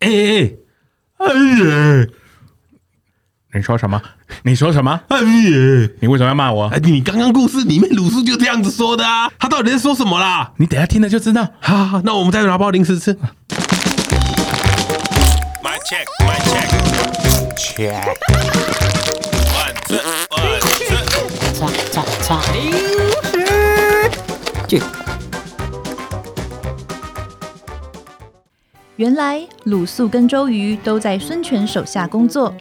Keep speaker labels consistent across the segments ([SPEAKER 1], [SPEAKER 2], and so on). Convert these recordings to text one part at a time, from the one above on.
[SPEAKER 1] 哎哎哎，哎呀，
[SPEAKER 2] 你说什么？你说什么？
[SPEAKER 1] 哎呀，
[SPEAKER 2] 你为什么要骂我？
[SPEAKER 1] 哎你刚刚故事里面鲁肃就这样子说的啊，他到底在说什么啦？
[SPEAKER 2] 你等一下听了就知道。
[SPEAKER 1] 好好，好那我们再拿包零食吃。
[SPEAKER 3] My check, my check. Check. One, two, one, two.
[SPEAKER 4] 叉叉叉
[SPEAKER 5] 原来鲁肃跟周瑜都在孙权手下工作。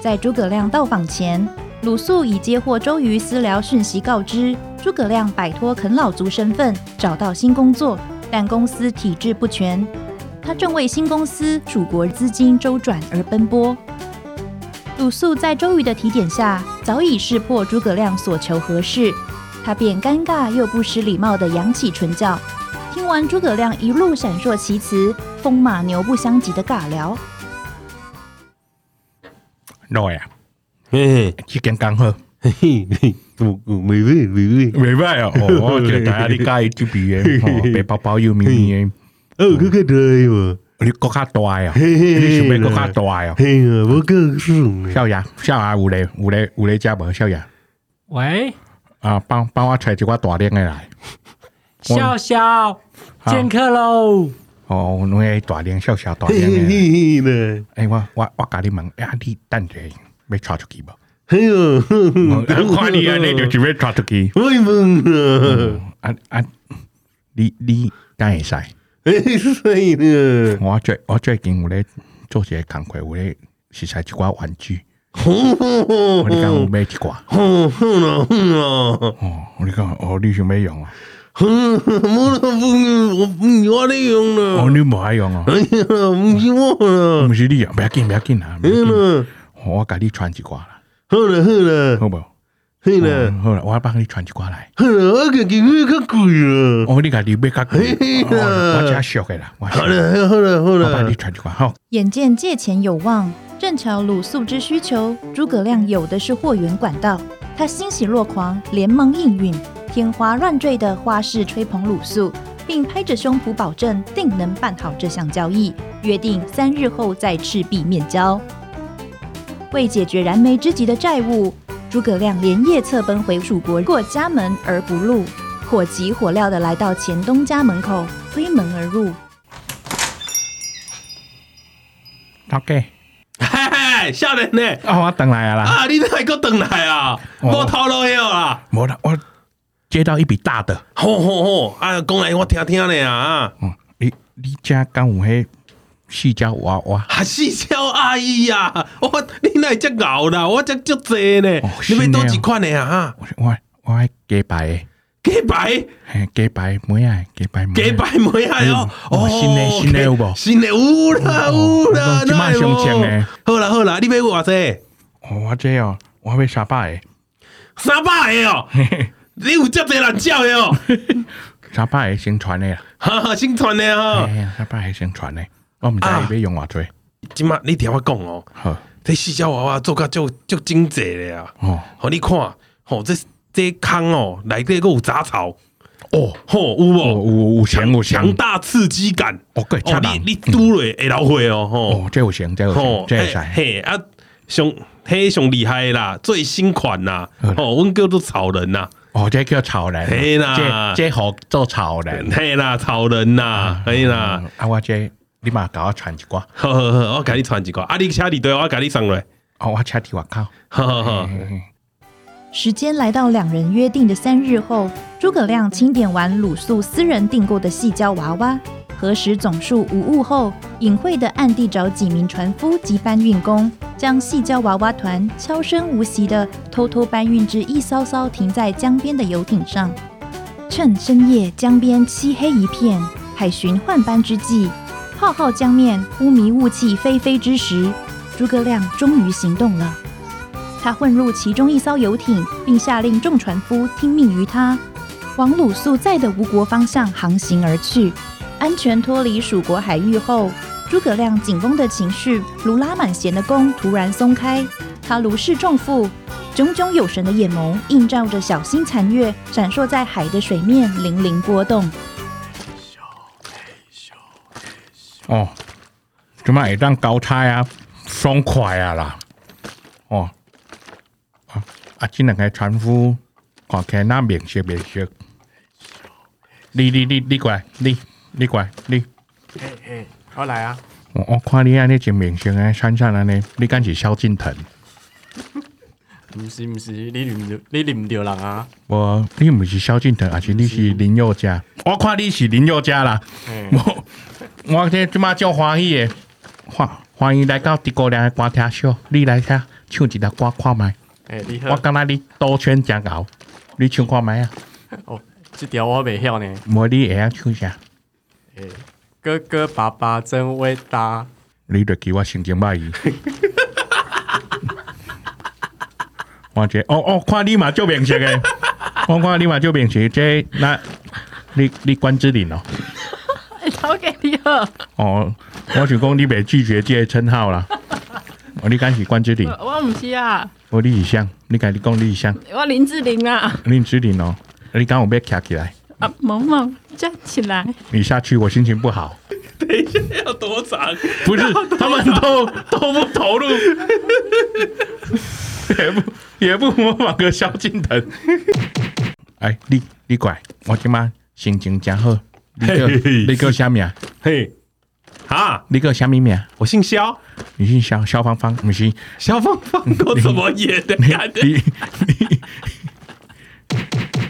[SPEAKER 5] 在诸葛亮到访前，鲁肃已接获周瑜私聊讯息，告知诸葛亮摆脱啃老族身份，找到新工作，但公司体制不全，他正为新公司蜀国资金周转而奔波。鲁肃在周瑜的提点下，早已识破诸葛亮所求何事，他便尴尬又不失礼貌地扬起唇角，听完诸葛亮一路闪烁其词、风马牛不相及的尬聊，
[SPEAKER 2] 肉呀，
[SPEAKER 1] 嘿
[SPEAKER 2] 去刚刚好，
[SPEAKER 1] 嘿嘿嘿，美味美味。
[SPEAKER 2] 袂歹哦。哦，我觉得大家你介意 G B 诶，哦白泡泡又咪咪诶，
[SPEAKER 1] 哦，哥哥对哦，
[SPEAKER 2] 你国较大诶哦，
[SPEAKER 1] 嘿嘿嘿
[SPEAKER 2] 你想要国较大诶哦。
[SPEAKER 1] 嘿啊，我更是
[SPEAKER 2] 少爷，少爷有咧有咧有咧食无？少爷
[SPEAKER 6] 喂，
[SPEAKER 2] 啊，帮帮我找一寡大领诶来。
[SPEAKER 6] 笑笑，见客喽！
[SPEAKER 2] 哦，侬诶大领小小大
[SPEAKER 1] 嘿
[SPEAKER 2] 领
[SPEAKER 1] 嘿
[SPEAKER 2] 诶。
[SPEAKER 1] 嘿嘿呢，
[SPEAKER 2] 诶，我我我甲你问，啊，你等者要带出去无？
[SPEAKER 1] 嘿哟，
[SPEAKER 2] 我看嗯你安尼就是要带出去。
[SPEAKER 1] 我问啊，
[SPEAKER 2] 啊啊，你你敢会使？
[SPEAKER 1] 嘿谁呢？
[SPEAKER 2] 我最我最近有咧做一个工课，有咧实在一寡玩具，
[SPEAKER 1] 吼吼吼
[SPEAKER 2] 我你讲有买一寡，
[SPEAKER 1] 吼哼啊哼啊，
[SPEAKER 2] 哦，我你讲哦，你想要用啊？
[SPEAKER 1] 哼，我都不我不我咧用
[SPEAKER 2] 哦，
[SPEAKER 1] 了，
[SPEAKER 2] 你无爱用哦，
[SPEAKER 1] 哎呀，唔是我啦，
[SPEAKER 2] 毋是你用，不要紧，不要紧啊，不要
[SPEAKER 1] 嘿
[SPEAKER 2] 紧，
[SPEAKER 1] 啦，
[SPEAKER 2] 哦我甲你传一寡啦，
[SPEAKER 1] 好啦好啦
[SPEAKER 2] 好无？
[SPEAKER 1] 嘿啦
[SPEAKER 2] 哦好啦，我帮你传一寡来。
[SPEAKER 1] 好啦，我个机会较贵啦，
[SPEAKER 2] 哦，你家己买较贵，
[SPEAKER 1] 嘿啦
[SPEAKER 2] 哦我遮俗诶啦，我
[SPEAKER 1] 好啦好啦好
[SPEAKER 2] 我帮
[SPEAKER 1] 啦
[SPEAKER 2] 你，传一寡好。
[SPEAKER 5] 眼见借钱有望，正巧鲁肃之需求，诸葛亮有的是货源管道，他欣喜若狂，连忙应允，天花乱坠的花式吹捧鲁肃，并拍着胸脯保证定能办好这项交易，约定三日后再赤壁面交。为解决燃眉之急的债务，诸葛亮连夜侧奔回蜀国，过家门而不入，火急火燎地来到钱东家门口，推门而入。
[SPEAKER 2] 头家，
[SPEAKER 1] 嘿嘿，少年呢？
[SPEAKER 2] 啊，我等来啊啦，
[SPEAKER 1] 啊，你还搁转来啊？
[SPEAKER 2] 哦
[SPEAKER 1] 无头路了啊！
[SPEAKER 2] 无啦，我接到一笔大的，
[SPEAKER 1] 吼吼吼！啊，讲来我听听咧啊！
[SPEAKER 2] 嗯，你你遮敢有迄四只娃娃？
[SPEAKER 1] 啊，四超阿姨呀、啊， 我你哪会遮牛啦？我遮足济呢
[SPEAKER 2] 哦，
[SPEAKER 1] 你
[SPEAKER 2] 是
[SPEAKER 1] 要
[SPEAKER 2] 呢
[SPEAKER 1] 多一款的啊？
[SPEAKER 2] 我我我爱鸡排诶，
[SPEAKER 1] 鸡排，
[SPEAKER 2] 嘿，鸡排妹啊，鸡排妹，
[SPEAKER 1] 鸡，排梅啊哟！
[SPEAKER 2] 嗯哦新的新的有无
[SPEAKER 1] 新的有啦
[SPEAKER 2] 哦
[SPEAKER 1] 有啦，
[SPEAKER 2] 我讲这摆
[SPEAKER 1] 哪会无
[SPEAKER 2] 上正的
[SPEAKER 1] 好啦好啦，你买偌济？
[SPEAKER 2] 哦，我这哦，我要三百诶，
[SPEAKER 1] 三百个哦，你有遮济人照的哦？
[SPEAKER 2] 三百诶先传诶啦，
[SPEAKER 1] 哈哈，新传的哦
[SPEAKER 2] 哎。呀，三百诶先传诶，我毋知伊
[SPEAKER 1] 啊
[SPEAKER 2] 要用偌济，
[SPEAKER 1] 即马你听我讲哦，
[SPEAKER 2] 好，
[SPEAKER 1] 这四只娃娃做甲足足精致的啊！
[SPEAKER 2] 哦
[SPEAKER 1] 吼、你看，吼、这这空哦，内底佫有杂草，
[SPEAKER 2] 哦，
[SPEAKER 1] 吼、有
[SPEAKER 2] 哦，
[SPEAKER 1] 无？
[SPEAKER 2] 有有钱有钱，
[SPEAKER 1] 强大刺激感，
[SPEAKER 2] 哦，个
[SPEAKER 1] 哦
[SPEAKER 2] 恰，当
[SPEAKER 1] 你，你拄落会流血哦，吼、
[SPEAKER 2] 哦，这有钱，这有
[SPEAKER 1] 吼、
[SPEAKER 2] 钱，这会使，
[SPEAKER 1] 嘿嘿啊，上嘿上厉害的啦，最新款啦
[SPEAKER 2] 嗯，
[SPEAKER 1] 吼、阮叫做草人啦，
[SPEAKER 2] 哦，这叫草人，
[SPEAKER 1] 嘿啦
[SPEAKER 2] 这这好做草人，
[SPEAKER 1] 嘿啦，草人啦，嘿啦，
[SPEAKER 2] 嗯，啊，我这你嘛甲我传一寡，
[SPEAKER 1] 呵呵呵，我甲你传一个，啊，你车伫对，我甲你送来，
[SPEAKER 2] 哦，我车伫外口，
[SPEAKER 1] 呵呵呵，
[SPEAKER 2] 嘿嘿
[SPEAKER 5] 时间来到两人约定的三日后，诸葛亮清点完鲁肃私人订购的细胶娃娃，核实总数无误后，隐晦的暗地找几名船夫及搬运工，将细胶娃娃团悄声无息的偷偷搬运至一艘艘停在江边的游艇上。趁深夜江边漆黑一片，海巡换班之际，浩浩江面乌迷雾气霏霏之时，诸葛亮终于行动了。他混入其中一艘游艇，并下令众船夫听命于他，往鲁肃在的吴国方向航行而去。安全脱离蜀国海域后，诸葛亮紧绷的情绪如拉满弦的弓突然松开，他如释重负，炯炯有神的眼眸映照着小星残月，闪烁在海的水面粼粼波动。
[SPEAKER 2] 哦，即卖会当交差啊，爽快啊啦，哦，啊啊，即两个船夫看起来那面色面色，你你你你过来，你你过来，你，
[SPEAKER 4] 嘿，我来啊！
[SPEAKER 2] 我、我看你安尼真面色安闪闪安尼，你敢是萧敬腾？
[SPEAKER 4] 毋是毋是，你认着你认着人啊？
[SPEAKER 2] 无，你毋是萧敬腾，还是你是林宥嘉？我看你是林宥嘉啦。
[SPEAKER 4] 嘿，
[SPEAKER 2] 我我这即马足欢喜的，欢欢迎来到地姑娘的歌厅秀，你来遐唱一条歌看麦。
[SPEAKER 4] 嘿，你
[SPEAKER 2] 我
[SPEAKER 4] 好。
[SPEAKER 2] 感觉你多圈真牛，你唱看麦啊？
[SPEAKER 4] 哦，即条我袂晓呢。
[SPEAKER 2] 无你会晓唱啥？
[SPEAKER 4] 嘿，哥哥爸爸真伟大。
[SPEAKER 2] 你著记我心情歹伊。 我这哦哦，看你嘛足明显诶，我看你嘛足明显，这那你你关之琳哦。
[SPEAKER 7] 头哎给你好，
[SPEAKER 2] 哦，我想讲你袂拒绝这个称号啦。哦，你敢是关之琳？
[SPEAKER 7] 我我唔是啊，
[SPEAKER 2] 哦，你是谁？你家己讲你是谁？哦
[SPEAKER 7] 我林志玲啊，
[SPEAKER 2] 林志玲哦，你刚我被卡起来，
[SPEAKER 7] 啊萌萌站起来，
[SPEAKER 2] 你下去我心情不好。
[SPEAKER 1] 要多长？
[SPEAKER 2] 不是，他们都都不投入，也不也不模仿个萧敬腾。哎，你你乖，我今晚心情真好。你叫
[SPEAKER 1] 嘿嘿
[SPEAKER 2] 你叫啥名？
[SPEAKER 1] 嘿，哈，
[SPEAKER 2] 你叫啥咪名？
[SPEAKER 1] 我姓肖，
[SPEAKER 2] 你姓萧，萧芳芳，不是你
[SPEAKER 1] 肖芳芳，我怎么演的？看的
[SPEAKER 2] 你。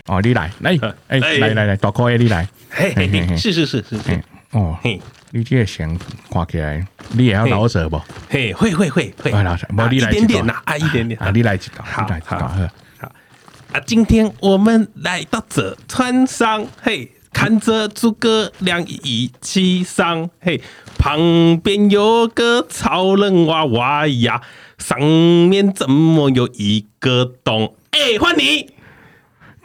[SPEAKER 2] 哦，你来，来，
[SPEAKER 1] 哎
[SPEAKER 2] 哎，来来来，大哥，你来，
[SPEAKER 1] 嘿
[SPEAKER 2] 嘿嘿嘿
[SPEAKER 1] 嘿，是是是是
[SPEAKER 2] 哎
[SPEAKER 1] 是，，
[SPEAKER 2] 哦，
[SPEAKER 1] 嘿
[SPEAKER 2] 你这个型看起来，你也要老者不？
[SPEAKER 1] 嘿，会会会会，
[SPEAKER 2] 哎老师无
[SPEAKER 1] 啊
[SPEAKER 2] 你来
[SPEAKER 1] 一点点
[SPEAKER 2] 一个
[SPEAKER 1] 呐，啊，一点点
[SPEAKER 2] 啊，你来一道，
[SPEAKER 1] 好
[SPEAKER 2] 你来一道，
[SPEAKER 1] 好
[SPEAKER 2] 好
[SPEAKER 1] 啊，今天我们来到这川上，嘿，看着诸葛亮一起上，嘿，旁边有个超人娃娃呀，上面怎么有一个洞？哎、换你，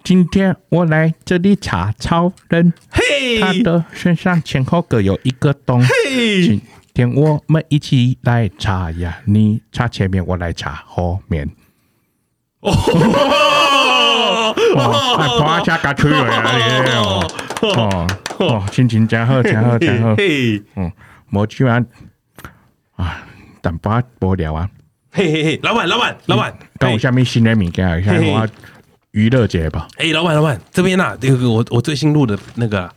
[SPEAKER 2] 今天我来这里查超人，
[SPEAKER 1] 嘿，
[SPEAKER 2] 他的身上前后各有一个洞。
[SPEAKER 1] 嘿
[SPEAKER 2] 今，天我们一起来查呀，你查前面，我来查后面。
[SPEAKER 1] 哦，
[SPEAKER 2] 哦，那夸下嘎吹了呀！哦哦哦，心情真好，真好，真好。
[SPEAKER 1] 嘿，
[SPEAKER 2] 嗯，我居然啊，淡薄仔无聊啊。
[SPEAKER 1] 嘿嘿嘿，老板，老板，老板，
[SPEAKER 2] 刚有
[SPEAKER 1] 嘿
[SPEAKER 2] 下面新的物件，下
[SPEAKER 1] 嘿
[SPEAKER 2] 我要娱乐节吧。
[SPEAKER 1] 哎、老板，老板，这边啊呐、这个我我最新录的那个，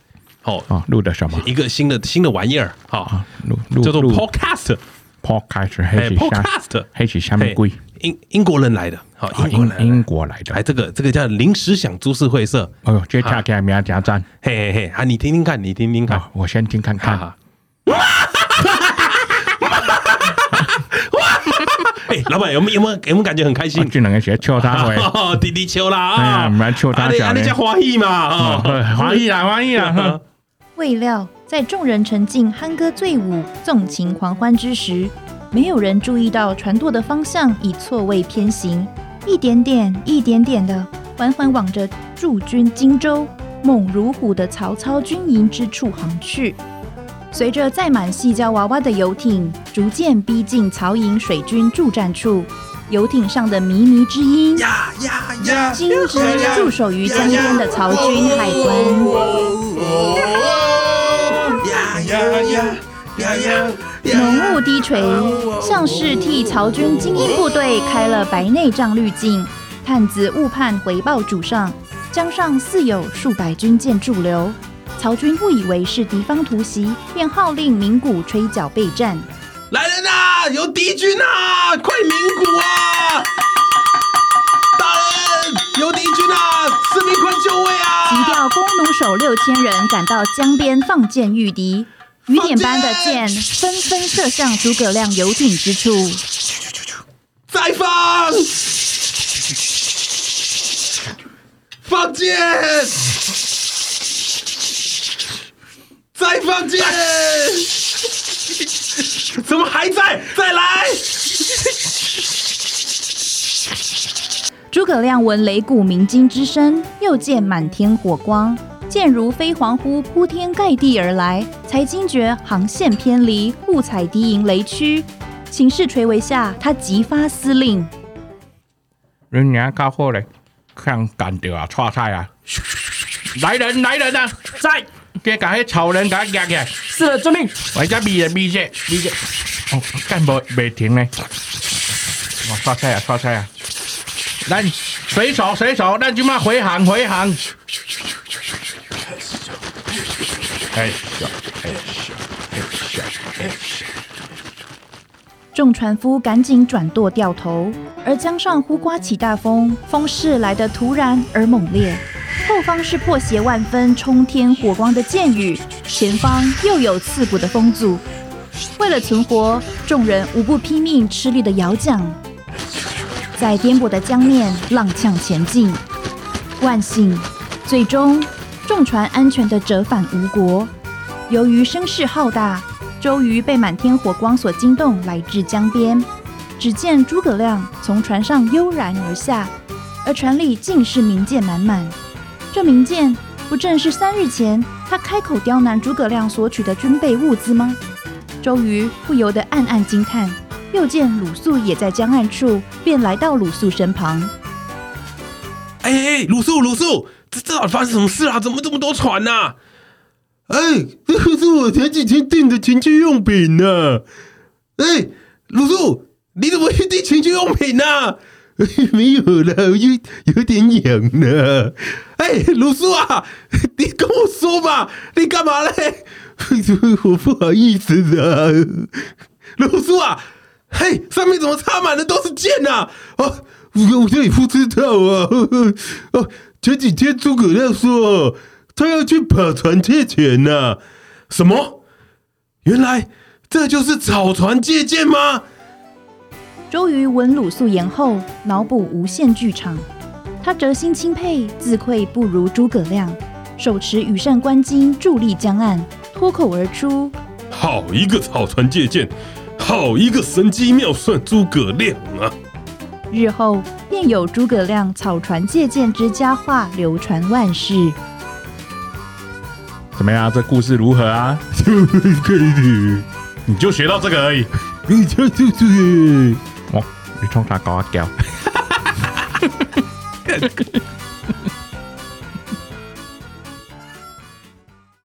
[SPEAKER 1] 哦，
[SPEAKER 2] 啊，录的什么？
[SPEAKER 1] 一个新的新的玩意儿，好、
[SPEAKER 2] 啊，录录
[SPEAKER 1] 叫做
[SPEAKER 2] 录
[SPEAKER 1] podcast，
[SPEAKER 2] podcast，
[SPEAKER 1] 哎
[SPEAKER 2] 还是下
[SPEAKER 1] ，podcast，
[SPEAKER 2] 还是下面贵
[SPEAKER 1] 嘿？英英国人来的，好、英国
[SPEAKER 2] 啊
[SPEAKER 1] 人
[SPEAKER 2] 英
[SPEAKER 1] 来的
[SPEAKER 2] 英国来的
[SPEAKER 1] 哎，。这个这个叫临时想株式会社，
[SPEAKER 2] 哎呦，这听起来名真赞
[SPEAKER 1] 嘿嘿嘿，啊，你听听看，你听听看，
[SPEAKER 2] 啊！我先听看
[SPEAKER 1] 哈
[SPEAKER 2] 看。
[SPEAKER 1] 哈。 哎、老板有没有有没有有没有感觉很开心
[SPEAKER 2] 我？啊这两个学笑他会，
[SPEAKER 1] 哦，弟弟球啦
[SPEAKER 2] 哎
[SPEAKER 1] 啊，
[SPEAKER 2] 呀不然笑他
[SPEAKER 1] 啊你
[SPEAKER 2] 小
[SPEAKER 1] 啊
[SPEAKER 2] 呢
[SPEAKER 1] 你叫欢喜嘛
[SPEAKER 2] 啊
[SPEAKER 1] 啊，
[SPEAKER 2] 欢喜啦，欢 喜啦！
[SPEAKER 1] 哦
[SPEAKER 2] 呵
[SPEAKER 5] 未料，在众人沉浸酣歌醉舞、纵情狂欢之时，没有人注意到船舵的方向已错位偏行，一点点、一点点的缓缓往着驻军荆州、猛如虎的曹操军营之处航去。随着载满细胶娃娃的游艇逐渐逼近曹营水军驻战处，游艇上的靡靡之音
[SPEAKER 1] 呀呀呀！
[SPEAKER 5] 径直驻守于江边的曹军海关。
[SPEAKER 1] 呀呀呀呀呀！
[SPEAKER 5] 浓雾低垂，像是替曹军精英部队开了白内障滤镜。探子误判回报主上，江上似有数百军舰驻留。曹军误以为是敌方突袭，便号令鸣鼓吹剿备战。
[SPEAKER 1] 来人呐、有敌军呐、快鸣鼓啊！大人，有啊敌军呐、士兵快就位
[SPEAKER 5] 急
[SPEAKER 1] 啊！
[SPEAKER 5] 调弓弩手六千人赶到江边放箭御敌，雨点般的箭纷纷射向诸葛亮游艇之处。
[SPEAKER 1] 再放，放箭，再放箭，怎么还在？再来！
[SPEAKER 5] 诸葛亮闻擂鼓鸣金之声，又见满天火光，箭如飞蝗乎铺天盖地而来，才惊觉航线偏离，误踩敌营雷区。情势垂危下，他急发司令，
[SPEAKER 2] 人家搞好嘞，看干掉啊，炒菜啊！来人，来人啊！
[SPEAKER 6] 在
[SPEAKER 2] 给搞些潮人给他压压，
[SPEAKER 8] 是的，遵命。
[SPEAKER 2] 我家咪着咪着咪着，哦，干不没停呢。我刷菜啊，刷菜啊！咱水手水手，咱就嘛回航回航。哎，
[SPEAKER 5] 众船夫赶紧转舵掉头，而江上忽刮起大风，风势来得突然而猛烈。后方是破鞋万分、冲天火光的箭雨，前方又有刺骨的风阻。为了存活，众人无不拼命吃力的摇桨，在颠簸的江面踉跄前进。万幸，最终众船安全的折返吴国。由于声势浩大，周瑜被满天火光所惊动，来至江边。只见诸葛亮从船上悠然而下，而船里尽是名剑满满。这名剑不正是三日前他开口刁难诸葛亮索取的军备物资吗？周瑜不由得暗暗惊叹。又见鲁肃也在江岸处，便来到鲁肃身旁。
[SPEAKER 9] 哎哎，鲁肃鲁肃，这这到底发生什么事啊？怎么这么多船呐、啊？哎，这可是我前几天订的情趣用品呢、哎，鲁肃，你怎么去订情趣用品呢、 没有了，我就有点痒呢。哎，鲁肃啊，你跟我说嘛，你干嘛嘞？ 我不好意思的、鲁肃啊，嘿，上面怎么插满的都是箭呐、啊？哦，我我这也不知道啊。呵呵哦，前几天诸葛亮说他要去跑船借钱呐、什么？原来这就是草船借箭吗？
[SPEAKER 5] 周瑜闻鲁肃言后，脑补无限剧场。他折心钦佩，自愧不如诸葛亮，手持羽扇纶巾，伫立江岸，脱口而出
[SPEAKER 9] 好一个草船借箭，好一个神机妙算诸葛亮啊！：“
[SPEAKER 5] 日后便有诸葛亮草船借箭之佳话流传万世。
[SPEAKER 2] 怎么样？这故事如何啊？
[SPEAKER 9] 就可以，
[SPEAKER 2] 你就学到这个而已。
[SPEAKER 9] 你就就是
[SPEAKER 2] 哦，你冲他搞啊屌！